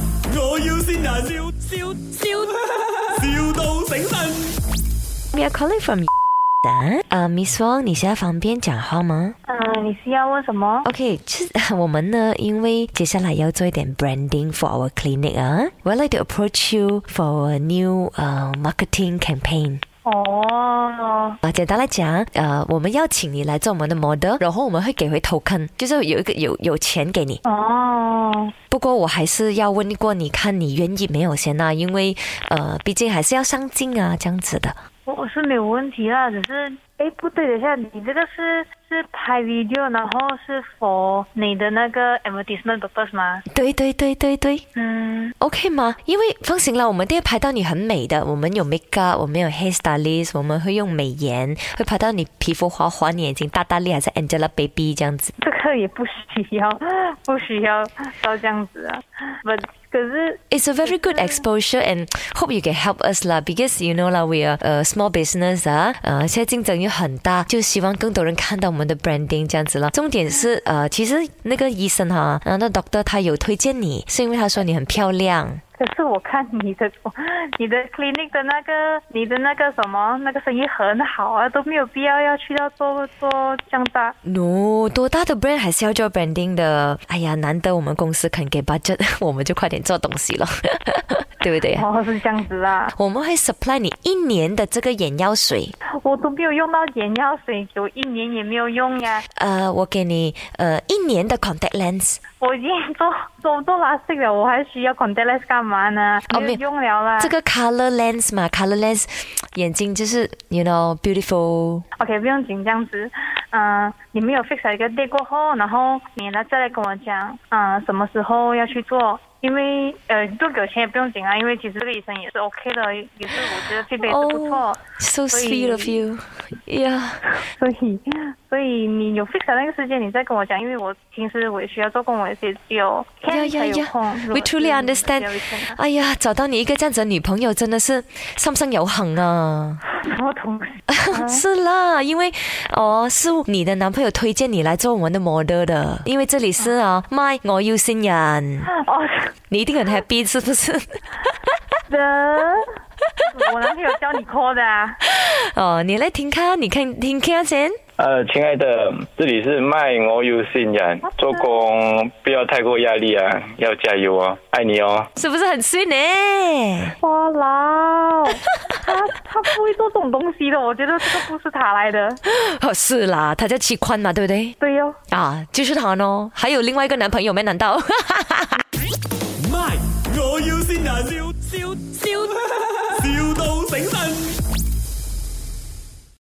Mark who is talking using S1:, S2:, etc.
S1: 要先人，笑笑笑，, 笑到醒神。
S2: We are calling from 的啊，Miss Wong，你现在方便讲话吗
S3: 嗯，你是要问什么？
S2: ？OK，其实 我们呢，因为接下来要做一点 branding for our clinic 啊，we like to approach you for a new 呃、marketing campaign。
S3: 哦，
S2: 啊，简单来讲，呃，我们要请你来做我们的 model，然后我们会给回 token，就是有一个有有钱给你。
S3: 哦，
S2: 不过我还是要问过你看你愿意没有先啊，因为呃，毕竟还是要上镜啊，这样子的。
S3: 哦我我是没有问题啦，只是，哎，不对，等一下，你这个是是拍 video，然后是 for 你的那个 advertisement purpose 吗？
S2: 对对对对对
S3: 嗯，
S2: ，OK 吗？因为放心啦，我们都会拍到你很美的，我们有 makeup，我们有 hair stylist，我们会用美颜，会拍到你皮肤滑滑，你眼睛大大力，还是 Angelababy 这样子。
S3: 这个也不需要， 不需要到这样子啊。不，可是
S2: It's a very good exposure and hope you can help us 啦，because you know 啦，we are a small business 啊，呃，现在竞争又很大，就希望更多人看到我们的 branding 这样子啦。重点是呃，其实那个医生哈，呃，那 doctor 他有推荐你，是因为他说你很漂亮。
S3: 可是我看你的，你的 clinic 的那个，你的那个什么，那个生意很好啊，都没有必要要去到做做这样大。
S2: No，多大的 brand 还是要做 branding 的。哎呀，难得我们公司肯给 budget，我 们就快点做东西了， 对不对啊？
S3: 哦，是这样子啊，
S2: 我们会 supply 你一年的这个眼药水。
S3: 我都没有用到眼药水，有一年也没有用呀。
S2: 呃，我给你呃一年的 contact lens，
S3: 我已经做做做 plastic 了，我还需要 contact lens 干嘛呢？
S2: 哦
S3: 没有用了啦。
S2: 这个 color lens 嘛，color lens 眼睛就是 you know beautiful。
S3: OK，不用紧，这样子，嗯、你们有 fix 了一个 day 过后，然后你呢再来跟我讲，嗯、什么时候要去做？因为呃，做给我钱也不用紧啊，因为其实这个医生也是 OK 的，也是我觉得这个也是不错
S2: 哦 so
S3: 所
S2: sweet
S3: 以
S2: of you。Yeah，
S3: 所以所以你有 fix 了那个时间，你再跟我讲，因为我平时我也需要做工，我也是只有
S2: Yeah,
S3: 天
S2: yeah,
S3: 才有
S2: yeah.
S3: 空。如
S2: We
S3: 果是
S2: truly understand.
S3: 只有一天啊
S2: 哎呀，找到你一个这样子的女朋友真的是三生有幸啊！
S3: 什么东西？
S2: 是啦，因为哦是你的男朋友推荐你来做我们的 model 的，因为这里是啊，My 我要新人，
S3: 哦，
S2: 你一定很 happy 是不是？
S3: 的，我男朋友教你 call 的啊。
S2: 哦，你来听看，你看听看先。
S4: 呃，亲爱的，这里是卖我有信仰，做工不要太过压力啊，要加油哦，爱你哦。
S2: 是不是很 sweet 呢？
S3: 哇啦， 他他不会做这种东西的，我觉得这个不是他来的。
S2: 哦，是啦，他叫齐宽嘛，对不对？
S3: 对哟、哦。
S2: 啊，就是他呢，还有另外一个男朋友没？难道？
S1: 卖，我要先人，笑笑笑，